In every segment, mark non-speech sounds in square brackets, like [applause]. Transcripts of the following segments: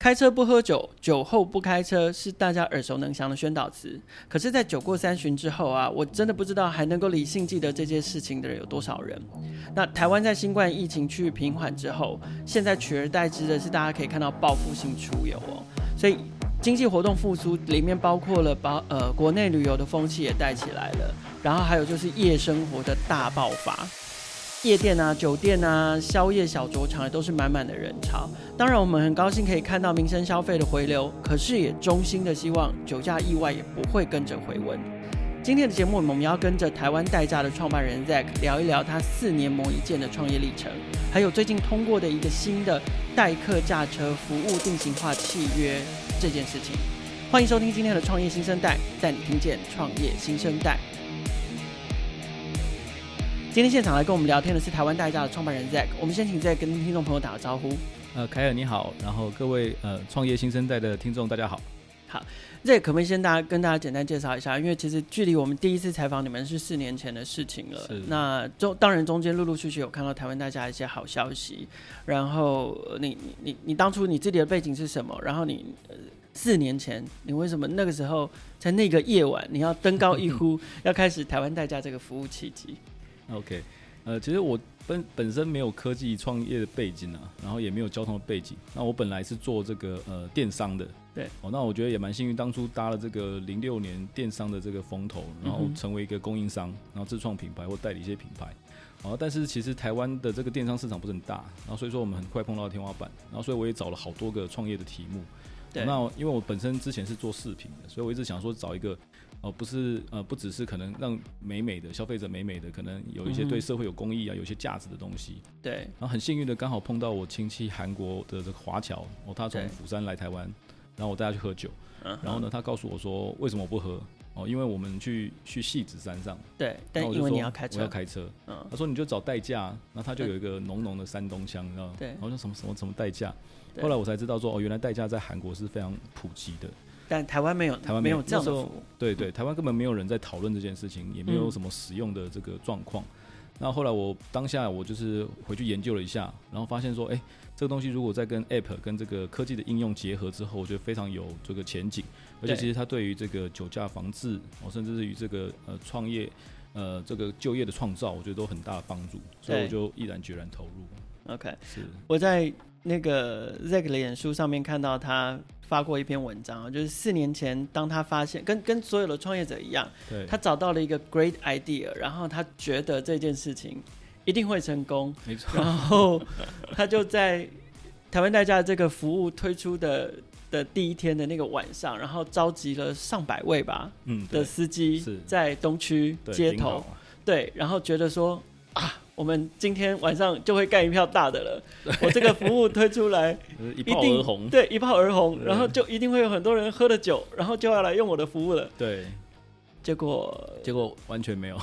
开车不喝酒，酒后不开车是大家耳熟能详的宣导词。可是，在酒过三巡之后啊，我真的不知道还能够理性记得这件事情的人有多少人。那台湾在新冠疫情趋于平缓之后，现在取而代之的是大家可以看到报复性出游哦，所以经济活动复苏里面包括了把呃国内旅游的风气也带起来了，然后还有就是夜生活的大爆发。夜店啊、酒店啊、宵夜小酌场也都是满满的人潮。当然，我们很高兴可以看到民生消费的回流，可是也衷心的希望酒驾意外也不会跟着回温。今天的节目，我们要跟着台湾代驾的创办人 Zack 聊一聊他四年磨一剑的创业历程，还有最近通过的一个新的代客驾车服务定型化契约这件事情。欢迎收听今天的创业新生代，带你听见创业新生代。今天现场来跟我们聊天的是台湾代驾的创办人 Zack，我们先请 Zack 跟听众朋友打个招呼。呃，凯尔你好，然后各位呃创业新生代的听众大家好。 Zack 可不可以先大家跟大家简单介绍一下？因为其实距离我们第一次采访你们是四年前的事情了是。那中当然中间陆陆续续有看到台湾大家一些好消息，然后呃你你你你当初你自己的背景是什么？然后你、呃、四年前你为什么那个时候在那个夜晚你要登高一 [laughs] 呼，要开始台湾代驾这个服务契机？ OK，呃，其实我本本身没有科技创业的背景啊，然后也没有交通的背景。那我本来是做这个呃电商的，对，哦，那我觉得也蛮幸运，当初搭了这个零六年电商的这个风头，然后嗯哼成为一个供应商，然后自创品牌或代理一些品牌。哦，但是其实台湾的这个电商市场不是很大，然后所以说我们很快碰到天花板，然后所以我也找了好多个创业的题目。对那我因为我本身之前是做饰品的，所以我一直想说找一个，呃，不是呃，不只是可能让美美的消费者美美的，可能有一些嗯对社会有公益啊，有一些价值的东西。对，然后很幸运的刚好碰到我亲戚韩国的这个华侨，哦，他从对釜山来台湾，然后我带他去喝酒，嗯哼然后呢，他告诉我说为什么我不喝？哦，因为我们去去戏子山上，对，但那我就因为说你要开我车，要开车。嗯，他说你就找代驾，那他就有一个浓浓的山东腔，你知道吗？对然后就什么什么什么代驾。对后来我才知道说，哦，原来代驾在韩国是非常普及的。但台湾没有台湾没没有有这样的那服时候务，对对，台湾根本没有人在讨论这件事情，也没嗯有什么实用的这个状况。那后来我当下我就是回去研究了一下，然后发现说，哎、这个东西如果再跟 App 跟这个科技的应用结合之后，我觉得非常有这个前景。而对且其实它对于这个酒驾防治，哦，甚至是于这个呃创业。呃，这个就业的创造，我觉得都很大的帮助，所以对我就毅然决然投入。 OK，是，我在那个 Zack 的脸书上面看到他发过一篇文章，就是四年前，当他发现跟跟所有的创业者一样，对，他找到了一个 great idea，然后他觉得这件事情一定会成功， [laughs] 没错，然后他就在台湾代驾这个服务推出的的第一天的那个晚上，然后召集了上百位吧嗯，的对，司机是在东区对街挺头好，对，然后觉得说啊，我们今天晚上就会干一票大的了，我这个服务推出 [laughs] 来，就是一一炮定而红，对，一炮而红，对然后就一定会有很多人喝了酒，然后就要来用我的服务了。对，结果结果完全没有，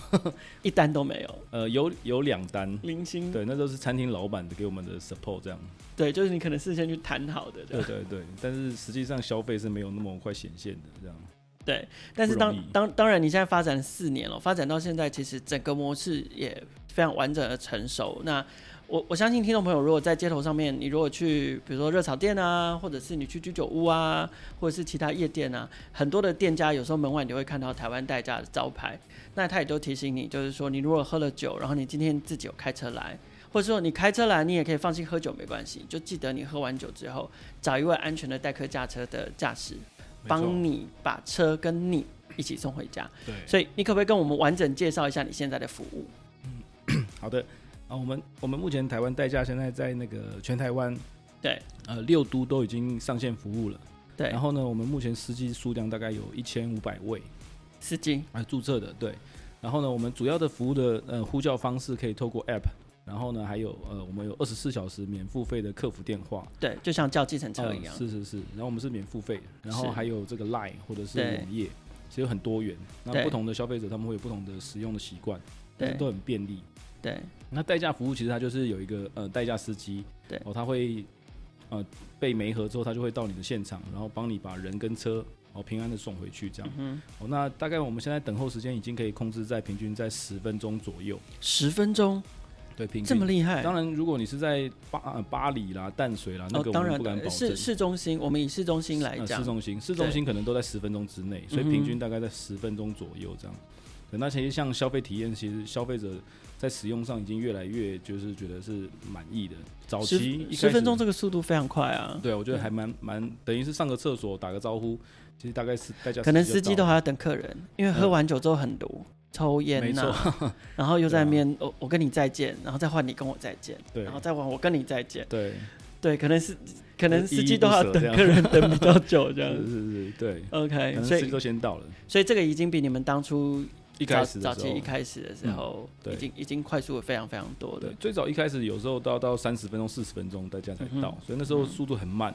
一单都没有，呃，有有两单，零星。对，那都是餐厅老板给我们的 support 这样。对，就是你可能事先去谈好的，对对对对，但是实际上消费是没有那么快显现的这样。对。但是不容当易当当然，你现在发展四年了，发展到现在，其实整个模式也非常完整的成熟。那我我相信听众朋友，如果在街头上面，你如果去比如说热炒店啊，或者是你去居酒屋啊，或者是其他夜店啊，很多的店家有时候门外你会看到台湾代驾的招牌，那他也都提醒你，就是说你如果喝了酒，然后你今天自己有开车来，或者说你开车来，你也可以放心喝酒没关系，就记得你喝完酒之后，找一位安全的代客驾车的驾驶，帮你把车跟你一起送回家。对，所以你可不可以跟我们完整介绍一下你现在的服务？好的。啊，我们我们目前台湾代驾现在在那个全台湾，对，呃，六都都已经上线服务了。对然，后呢，我们目前司机数量大概有一千五百位司机，啊，注册的对。然后呢，我们主要的服务的呃呼叫方式可以透过 app，然后呢还有呃我们有二十四小时免付费的客服电话，对，就像叫计程车呃一样。是是是，然后我们是免付费，然是后还有这个 Line 或者是对网页，其实很多元。对那不同的消费者他们会有不同的使用的习惯，但对是都很便利。对那代驾服务其实它就是有一个呃代驾司机，对哦，他会呃被媒合之后，他就会到你的现场，然后帮你把人跟车哦平安的送回去这样。嗯哦，那大概我们现在等候时间已经可以控制在平均在十分钟左右。十分钟，对，平这么均。厉害。当然，如果你是在巴呃巴黎啦、淡水啦，那个哦，我当们然不敢保的，证市。市中心，我们以市中心来呃讲市，中心，市中心可能都在十分钟之内，所以嗯哼平均大概在十分钟左右这样。对那其实像消费体验，其实消费者在使用上已经越来越就是觉得是满意的。早十期一开十始分钟这个速度非常快啊，对，我觉得还蛮蛮，等于是上个厕所打个招呼，其实大概是大家可能司机都还还要等客人，因为喝完酒之后很毒，抽没烟呐、 [laughs] 错，啊然后又在那边我、我跟你再见，然后再换你跟我再见，对然后再换我跟你再见，对，对，可能是可能司机都依依要不舍等这样客人等比较久这样是子。是是，对，可 OK，嗯能所司机以都先到了，所以这个已经比你们当初一早开始的早时期一候。嗯开始的时候，对已经已经快速的非常非常多对了，。最早一开始有时候都要到三十分钟、四十分钟大家才嗯哼到，所以那时候嗯速度很慢。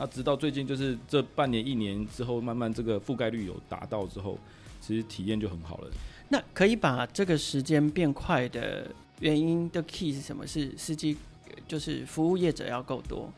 那直到最近就是这半年、一年之后，慢慢这个覆盖率有达到之后，其实体验就很好了。那可以把这个时间变快的原因的 key 是什么？是司机呃就是服务业者要够多，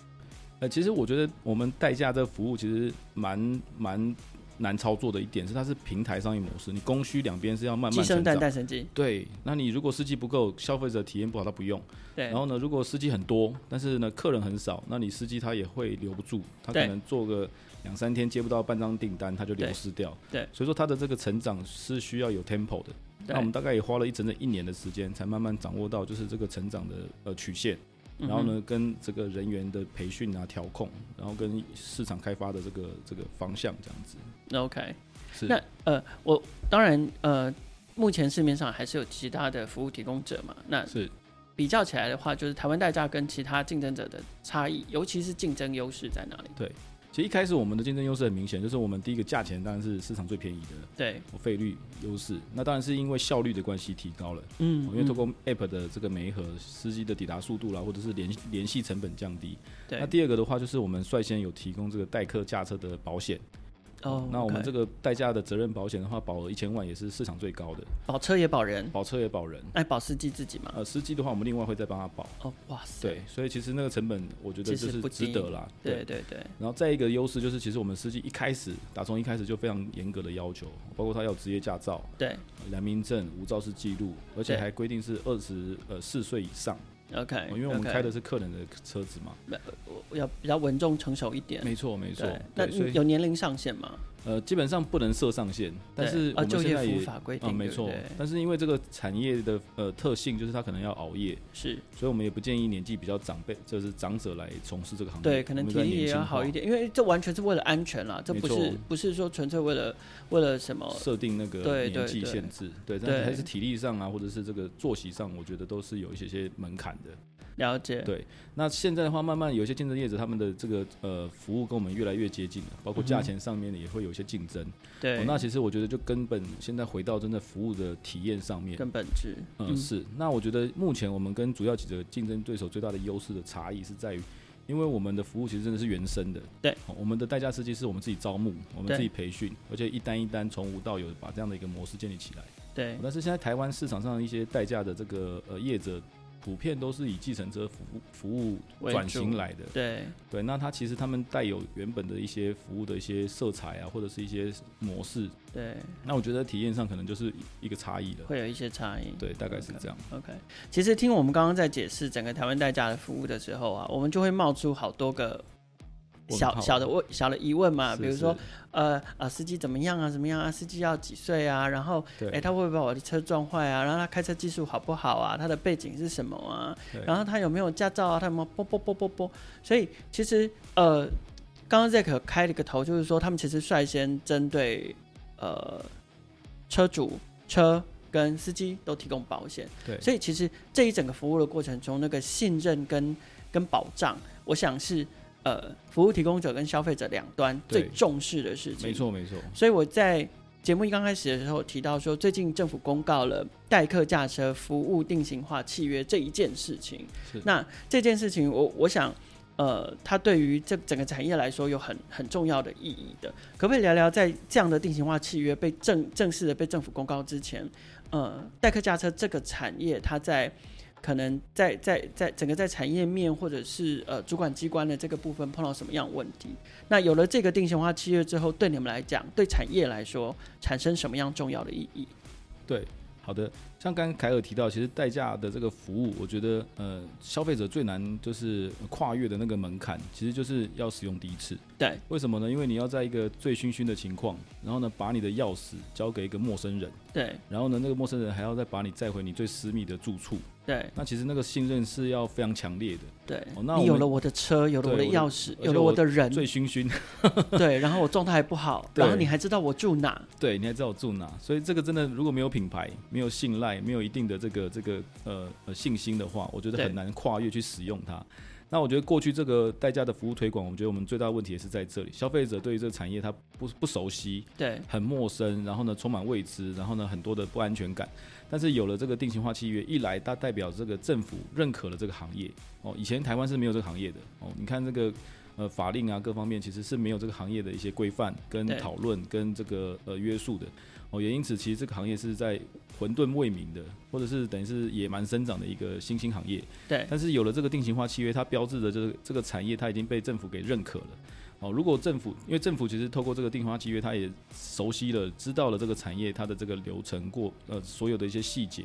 呃，其实我觉得我们代驾这个服务其实蛮蛮难操作的一点是，它是平台商业模式，你供需两边是要慢鸡慢生成蛋，长。蛋生鸡。对，那你如果司机不够，消费者体验不好，他不用。对，然后呢，如果司机很多，但是呢客人很少，那你司机他也会留不住，他对可能做个两三天接不到半张订单，他就流对失掉。对所以说他的这个成长是需要有 tempo 的。对那我们大概也花了一整整一年的时间，才慢慢掌握到就是这个成长的呃曲线。然后嗯呢，跟这个人员的培训啊、调控，然后跟市场开发的这个这个方向这样子。哼 OK，是那呃，我当然呃，目前市面上还是有其他的服务提供者嘛。那是比较起来的话，就是台湾代驾跟其他竞争者的差异，尤其是竞争优势在哪里？其实一开始我们的竞争优势很明显，就是我们第一个价钱当然是市场最便宜的，对，费率优势。那当然是因为效率的关系提高了，哦嗯因为透过 App 的这个每一盒司机的抵达速度啦，或者是联联系成本降低。对那第二个的话，就是我们率先有提供这个代客驾车的保险。哦，那我们 OK 这个代驾的责任保险的话，保额一千万也是市场最高的，保车也保人，保车也保人。哎，保司机自己嘛。哦呃，司机的话，我们另外会再帮他保。哦，哇塞，对，所以其实那个成本，我觉得其就实是不值低得啦。对对对，然后再一个优势就是，其实我们司机一开始，打从一开始就非常严格的要求，包括他要有职业驾照、对良民证、无肇事记录，而且对哎还规定是二十呃四岁以上、哦，OK，因为我们 OK 开的是客人的车子嘛。我要比较稳重成熟一点。没错，没错对，。那对，所你以有年龄上限吗？呃，基本上不能设上限，但是对我哦，们就现业在服务也法规啊、定，没对不错对，但是因为这个产业的呃特性，就是他可能要熬夜，是所以我们也不建议年纪比较长辈，就是长者来从事这个行业。对，可能我们体在力年也轻要好化一点，因为这完全是为了安全啦，这没不是错不是说纯粹为了为了什么。设定那个对对年纪限制，对，对但是还是体力上啊，或者是这个作息上，我觉得都是有一些些门槛的。了解，对那现在的话，慢慢有一些竞争业者，他们的这个呃服务跟我们越来越接近了，包括嗯哼价钱上面也会有一些竞争、哦嗯对，那其实我觉得就根本现在回到真的服务的体验上面，更本质。嗯，是。那我觉得目前我们跟主要几个竞争对手最大的优势的差异是在于，因为我们的服务其实真的是原生的，对哦，我们的代驾司机是我们自己招募，我们对自己培训，而且一单一单从无到有把这样的一个模式建立起来。对但是现在台湾市场上的一些代驾的这个呃业者，普遍都是以计程车服务服务为转主型来的。对对，那它其实他们带有原本的一些服务的一些色彩啊，或者是一些模式，对，那我觉得体验上可能就是一个差异了。会有一些差异。对，大概是这样。 OK，其实听我们刚刚在解释整个台湾代驾的服务的时候啊，我们就会冒出好多个问小号小的问小的疑问嘛，是比如是说呃啊司机怎么样啊怎么样啊，司机要几岁啊，然后对哎、他会不会把我的车撞坏啊，然后他开车技术好不好啊，他的背景是什么啊，对然后他有没有驾照啊，他有没有啵啵啵啵啵，所以其实呃刚刚 Zack 开了一个头，就是说他们其实率先针对呃车主车。跟司机都提供保险，对所以其实这一整个服务的过程中，那个信任跟跟保障，我想是呃服务提供者跟消费者两端对最重视的事情。没，错，没错，所以我在节目一刚开始的时候提到说，最近政府公告了代客驾车服务定型化契约这一件事情是。那这件事情我，我想。呃，它对于这整个产业来说有很很重要的意义的，可不可以聊聊在这样的定型化契约被正正式的被政府公告之前，呃，代客驾车这个产业它在可能在在在整个在产业面或者是呃主管机关的这个部分碰到什么样的问题？那有了这个定型化契约之后，对你们来讲，对产业来说产生什么样重要的意义？对，好的。像刚刚凯尔提到，其实代驾的这个服务，我觉得呃，消费者最难就是跨越的那个门槛，其实就是要使用第一次。对，为什么呢？因为你要在一个醉醺醺的情况，然后呢，把你的钥匙交给一个陌生人，对然后呢，那个陌生人还要再把你载回你最私密的住处。对那其实那个信任是要非常强烈的。对哦那，我你有们了我的车，有了对我的我的钥匙，而有且了我我的人，醉醺醺， [laughs] [laughs] 对，然后我状态还不好，对然后你还知道我住哪，对，你还知道我住哪，所以这个真的如果没有品牌、没有信赖、没有一定的这个这个呃呃信心的话，我觉得对很难跨越去使用它。那我觉得过去这个代驾的服务推广，我觉得我们最大的问题也是在这里，消费者对于这个产业他不不熟悉，对很陌生，然后呢充满未知，然后呢很多的不安全感。但是有了这个定型化契约，一来它代表这个政府认可了这个行业哦，以前台湾是没有这个行业的哦。你看这个呃法令啊各方面其实是没有这个行业的一些规范跟对讨论跟这个呃约束的哦，也因此其实这个行业是在混沌未明的，或者是等于是野蛮生长的一个新兴行业。对但是有了这个定型化契约，它标志着这个这个产业它已经被政府给认可了。哦，如果政府因为政府其实透过这个定型化契约，它也熟悉了、知道了这个产业它的这个流程过呃所有的一些细节。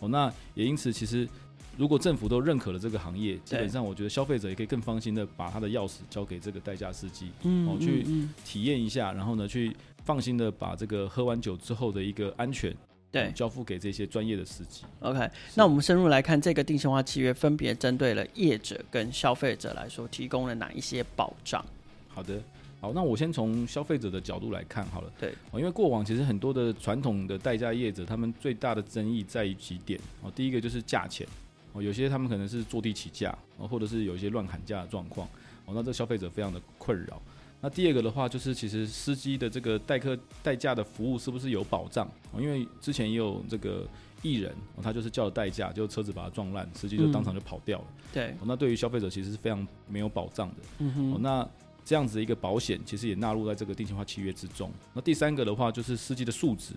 哦，那也因此其实。如果政府都认可了这个行业，基本上我觉得消费者也可以更放心的把他的钥匙交给这个代驾司机，嗯，哦嗯去嗯体验一下，然后呢，去放心的把这个喝完酒之后的一个安全，对哦交付给这些专业的司机。 OK，那我们深入来看这个定型化契约，分别针对了业者跟消费者来说，提供了哪一些保障？好的，好，那我先从消费者的角度来看好了。对哦，因为过往其实很多的传统的代驾业者，他们最大的争议在于几点哦，第一个就是价钱哦，有些他们可能是坐地起价哦，或者是有一些乱喊价的状况哦，那这个消费者非常的困扰。那第二个的话，就是其实司机的这个代客代驾的服务是不是有保障？哦，因为之前也有这个艺人，哦、他就是叫了代驾，就车子把他撞烂，司机就当场就跑掉了。对哦，那对于消费者其实是非常没有保障的。嗯哦，哼，那这样子一个保险其实也纳入在这个定型化契约之中。那第三个的话就是司机的素质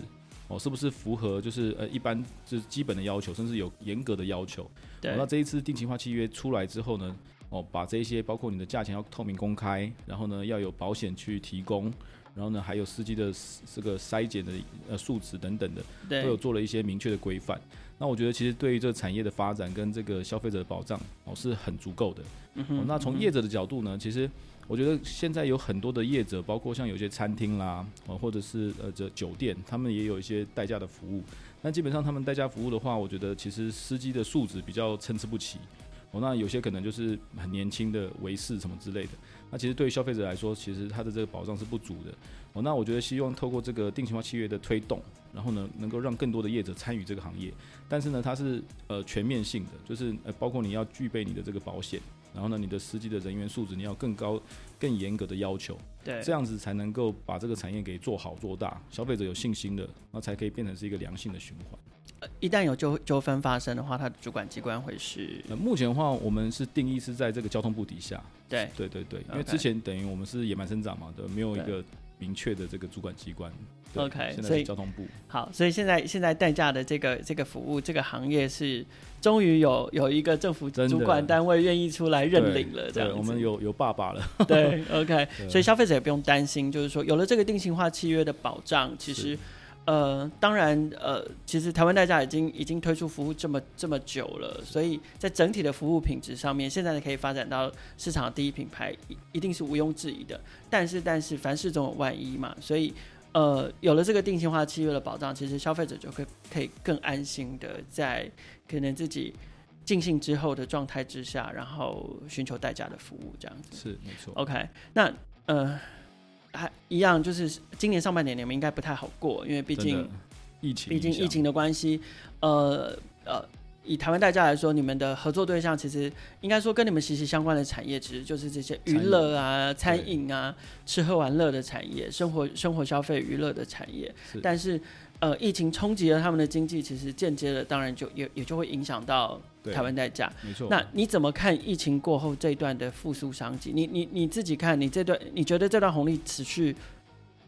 哦，是不是符合就是呃一般就是基本的要求，甚至有严格的要求。对哦那这一次定型化契约出来之后呢，哦，把这一些包括你的价钱要透明公开，然后呢要有保险去提供，然后呢还有司机的这个筛检的呃数值等等的，都有对做了一些明确的规范。那我觉得其实对于这个产业的发展跟这个消费者的保障哦是很足够的。哦那从业者的角度呢，其实我觉得现在有很多的业者，包括像有些餐厅啦，哦或者是呃这酒店，他们也有一些代驾的服务。那基本上他们代驾服务的话，我觉得其实司机的素质比较参差不齐。哦，那有些可能就是很年轻的维士什么之类的，那其实对于消费者来说，其实他的这个保障是不足的。哦，那我觉得希望透过这个定型化契约的推动，然后呢，能够让更多的业者参与这个行业。但是呢，它是呃全面性的，就是呃包括你要具备你的这个保险，然后呢，你的司机的人员素质你要更高、更严格的要求，对这样子才能够把这个产业给做好做大，消费者有信心的，那才可以变成是一个良性的循环。一旦有纠纠纷发生的话，它的主管机关会是那目前的话，我们是定义是在这个交通部底下，对对对对，因为 OK 之前等于我们是野蛮生长嘛，对，没有一个明确的这个主管机关。对 OK，现在所以是交通部。好，所以现在现在代驾的这个这个服务这个行业是终于有有一个政府真的主管单位愿意出来认对领了，这样子对，我们有有爸爸了，对，OK，对所以消费者也不用担心，就是说有了这个定型化契约的保障，其实是，呃，当然，呃，其实台湾代驾已经已经推出服务这么这么久了，所以在整体的服务品质上面，现在可以发展到市场第一品牌，一一定是毋庸置疑的。但是，但是，凡事总有万一嘛，所以。呃，有了这个定型化契约的保障，其实消费者就可以可以更安心的在可能自己尽兴之后的状态之下，然后寻求代驾的服务这样子。是没错。 OK，那呃，还一样，就是今年上半年你们应该不太好过，因为毕真竟的疫情毕影响，竟疫情的关系，呃呃，以台湾代驾来说，你们的合作对象其实应该说跟你们息息相关的产业，其实就是这些娱乐啊、餐餐饮饮啊、吃喝玩乐的产业、生活生活消费娱乐的产业。是但是呃，疫情冲击了他们的经济，其实间接的当然就也也就会影响到对台湾代驾。没错。那你怎么看疫情过后这一段的复苏商机？你你你自己看，你这段你觉得这段红利持续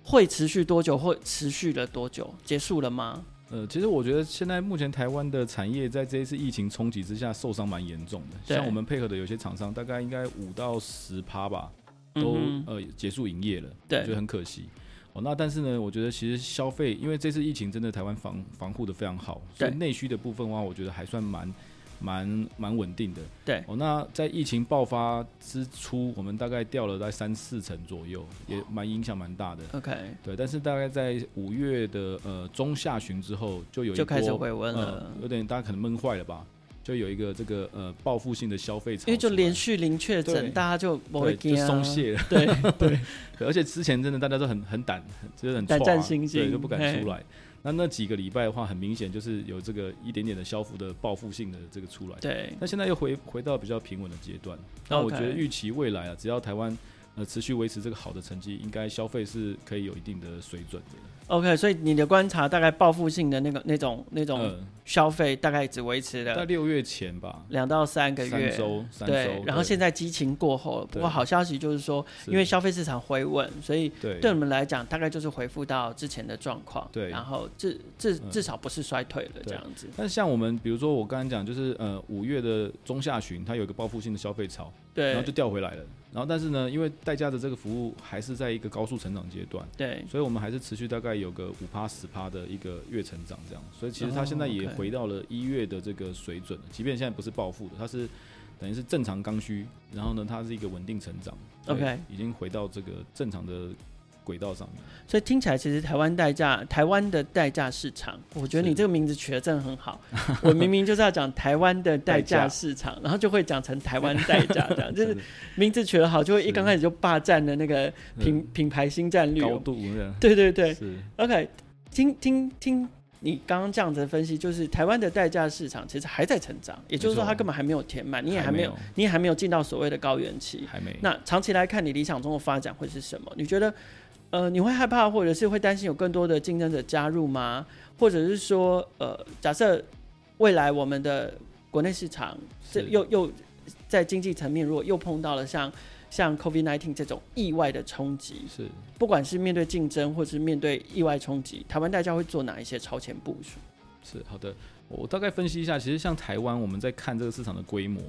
会持续多久？或持续了多久？结束了吗？呃，其实我觉得现在目前台湾的产业在这一次疫情冲击之下受伤蛮严重的，对像我们配合的有些厂商，大概应该五到十趴吧，都、嗯哼呃结束营业了，对我觉得很可惜。哦哦，那但是呢，我觉得其实消费，因为这次疫情真的台湾防防护的非常好，所以对内需的部分的话，我觉得还算蛮蛮蛮稳定的。对哦，那在疫情爆发之初，我们大概掉了在三四成左右，也蛮影响蛮大的。 OK，对，但是大概在五月的呃中下旬之后，就有一就开始波回温了呃，，有点大家可能闷坏了吧，就有一个这个呃报复性的消费潮出因为来，就连续零确对诊，大家就不会对就惊啊松，懈了， [laughs] 对对而且之前真的大家都很很胆，很就是很胆挫啊战心惊对，就不敢嘿出来。那那几个礼拜的话，很明显就是有这个一点点的消幅的报复性的这个出来。对那现在又回回到比较平稳的阶段。那我 OK 觉得预期未来啊，只要台湾呃持续维持这个好的成绩，应该消费是可以有一定的水准的。 OK，所以你的观察大概报复性的那个那种那种嗯，消费大概只维持在了六月前吧，两到三个三月，周，三对周。，然后现在激情过后了，不过对好消息就是说，是因为消费市场回稳，所以对对我们来讲，大概就是恢复到之前的状况，对然后至至嗯至少不是衰退了这样子，但是像我们，比如说我刚才讲，就是呃五月的中下旬，它有一个报复性的消费潮，然后对就调回来了。然后但是呢，因为代驾的这个服务还是在一个高速成长阶段，对所以我们还是持续大概有个五趴十趴的一个月成长这样。所以其实它哦现在也 OK 回到了一月的这个水准，即便现在不是暴富的，它是等于是正常刚需，然后呢它是一个稳定成长对 OK 已经回到这个正常的轨道上面。所以听起来其实台湾代驾，台湾的代驾市场，我觉得是你这个名字取得真的很好，我明明就是要讲台湾的代代驾驾市场，然后就会讲成台湾代驾这 [laughs] 样，就是是名字取得好，就会一是嗯刚开始就霸占了那个品品牌新战略，高度呢？对对哦对，是 OK，听听听你刚刚这样子的分析，就是台湾的代驾市场其实还在成长，也就是说没错它根本还没有填满，你也还还没没有，你也还没有进到所谓的高原期。还没。那长期来看，你理想中的发展会是什么？你觉得，呃，你会害怕，或者是会担心有更多的竞争者加入吗？或者是说，呃，假设未来我们的国内市场这是又又在经济层面，如果又碰到了像像 COVID-19 这种意外的冲击，是不管是面对竞争，或是面对意外冲击，台湾代驾会做哪一些超前部署？是好的，我大概分析一下，其实像台湾，我们在看这个市场的规模，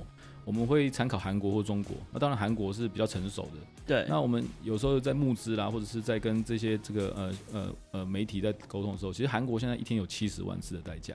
我们会参考韩国或中国。那当然，韩国是比较成熟的。对，那我们有时候在募资啦，或者是在跟这些这个呃呃呃媒体在沟通的时候，其实韩国现在一天有七十万次的代驾，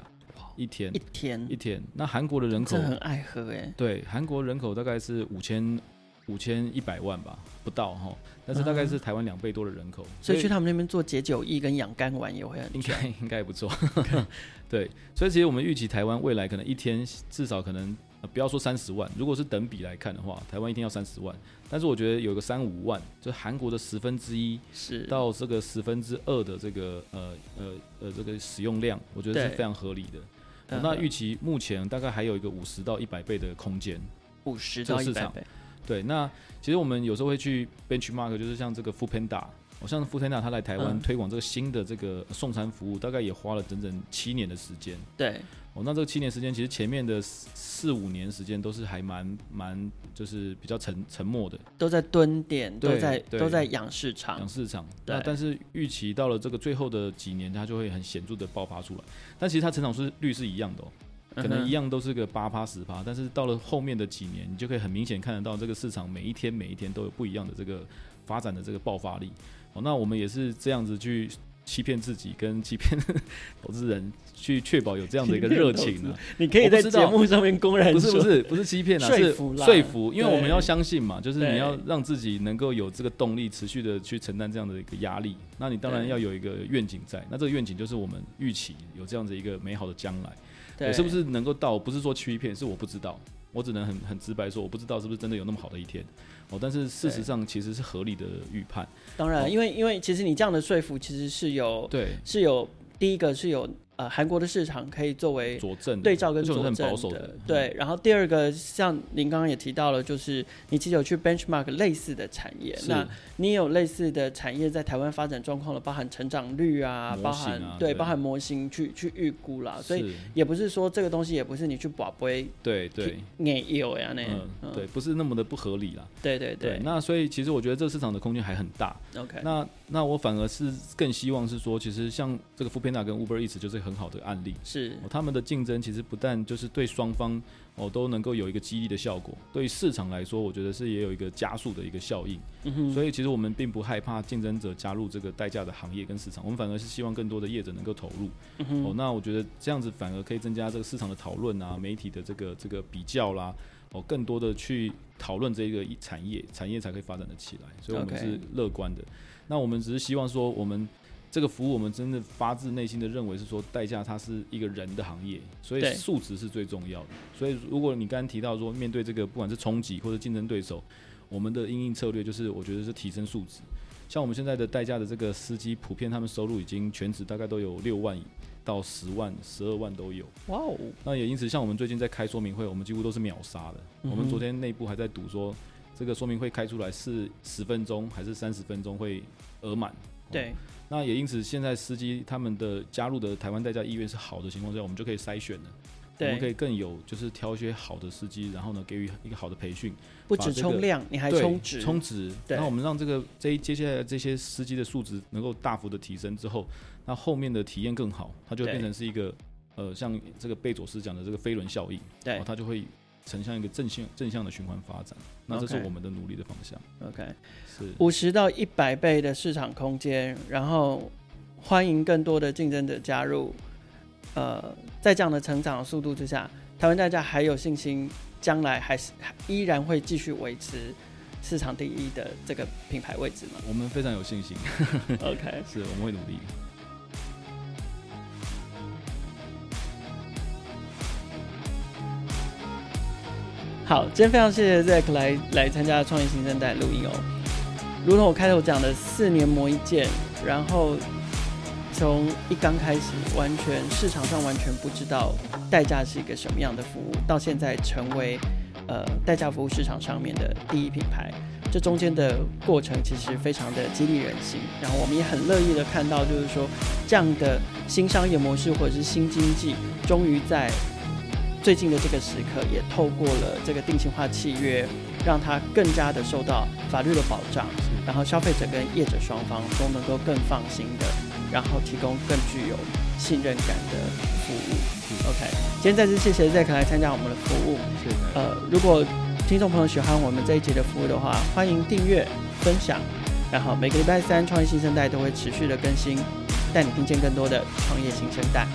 一天一天一天。那韩国的人口真的很爱喝哎、对，韩国人口大概是五千五千一百万吧，不到哈，但是大概是台湾两倍多的人口，嗯所以去他们那边做解酒液跟养肝丸也会很应该 [laughs] 应该也不错， [laughs] 对，所以其实我们预期台湾未来可能一天至少可能、呃不要说三十万，如果是等比来看的话，台湾一天要三十万，但是我觉得有个三五万，就韩国的十分之一是到这个十分之二的这个呃呃呃这个使用量，我觉得是对非常合理的。嗯那预期目前大概还有一个五十到一百倍的空间，五十这到个一市百场倍，对，那其实我们有时候会去 benchmark，就是像这个 f o o Panda，我像 f o o Panda 它来台湾嗯推广这个新的这个送餐服务，大概也花了整整七年的时间。对哦，那这个七年时间，其实前面的四四五年时间都是还蛮蛮，就是比较沉沉默的都在蹲点，对都在对都在养市场讲，市场。对那但是预期到了这个最后的几年，它就会很显著的爆发出来。但其实它成长是率是一样的哦，可能一样。样都是个八趴十趴，但是到了后面的几年，你就可以很明显看得到这个市场每一天每一天都有不一样的这个发展的这个爆发力。哦，那我们也是这样子去欺骗自己跟 [laughs] 欺骗投资人，去确保有这样的一个热情 [laughs] 呢、你可以我不在知节道目上面公然不是说不是不是欺骗啊，说是服啦说服，因为我们对要相信嘛，就是对你要让自己能够有这个动力，持续的去承担这样的一个压力。那你当然对要有一个愿景在，那这个愿景就是我们预期有这样子一个美好的将来。对我是不是能够到？不是说欺骗，是我不知道，我只能很很直白说，我不知道是不是真的有那么好的一天。哦，但是事实上其实是合理的预判。当啊然，因为因为其实你这样的说服其实是有对，哦是有第一个是有呃韩国的市场可以作为佐证的对照跟嗯就是佐很证保守的，嗯对，然后第二个，像您刚刚也提到了，就是你其实有去 benchmark 类似的产业嗯，，那是你也有类似的产业在台湾发展状况了，包含成长率啊，模型啊包含对包含模型去去预估啦，啊所以是也不是说这个东西也不是你去把杯对对。硬有呀那样，嗯，对，不是那么的不合理啦。对对对，那所以其实我觉得这个市场的空间还很大。 ，OK，那那我反而是更希望是说，其实像这个 f o o p a n d a 跟 Uber Eats 就是很好的案例。是哦，他们的竞争其实不但就是对双方哦都能够有一个激励的效果，对于市场来说，我觉得是也有一个加速的一个效应。嗯哼，所以其实我们并不害怕竞争者加入这个代驾的行业跟市场，我们反而是希望更多的业者能够投入。嗯哼哦，那我觉得这样子反而可以增加这个市场的讨论啊，媒体的这个这个比较啦，哦，更多的去讨论这个产业，产业才可以发展的起来。所以我们 OK 是乐观的。那我们只是希望说，我们这个服务，我们真的发自内心的认为是说，代驾它是一个人的行业，所以对素质是最重要的。所以如果你刚刚提到说，面对这个不管是冲击或者竞争对手，我们的应应策略就是，我觉得是提升素质。像我们现在的代驾的这个司机，普遍他们收入已经全职大概都有六万到十万、十二万都有。哇哦，那也因此，像我们最近在开说明会，我们几乎都是秒杀的。嗯哼我们昨天内部还在赌说，这个说明会开出来是十分钟还是三十分钟会额满。对，那也因此，现在司机他们的加入的台湾代驾意愿是好的情况下，我们就可以筛选了。我们可对，以更有就是挑一些好的司机，然后呢给予一个好的培训，不把止这冲个量，你还对充值，充值。对然后我们让这个这一接下来这些司机的素质能够大幅的提升之后，那后面的体验更好，它就会对变成是一个呃，像这个贝佐斯讲的这个飞轮效应，对哦，它就会呈现一个正向正向的循环发展。那这是 OK 我们的努力的方向。 ，OK，是，五十到一百倍的市场空间，然后欢迎更多的竞争者加入。呃，在这样的成长速度之下，台湾大家还有信心，将来还是还依然会继续维持市场第一的这个品牌位置吗 [laughs] 我们非常有信心， ？OK，是我们会努力。好，今天非常谢谢 Zack 来来参加创业新生代录音哦。如同我开头讲的，四年磨一剑，然后从一刚开始，完全市场上完全不知道代驾是一个什么样的服务，到现在成为呃代驾服务市场上面的第一品牌，这中间的过程其实非常的激励人心。然后我们也很乐意的看到，就是说这样的新商业模式或者是新经济，终于在最近的这个时刻，也透过了这个定型化契约，让它更加的受到法律的保障，然后消费者跟业者双方都能够更放心的，然后提供更具有信任感的服务。OK，今天再次谢谢 Zack 来参加我们的服务。谢谢。呃，如果听众朋友喜欢我们这一集的服务的话，欢迎订阅、分享。然后每个礼拜三，创业新生代都会持续的更新，带你听见更多的创业新生代。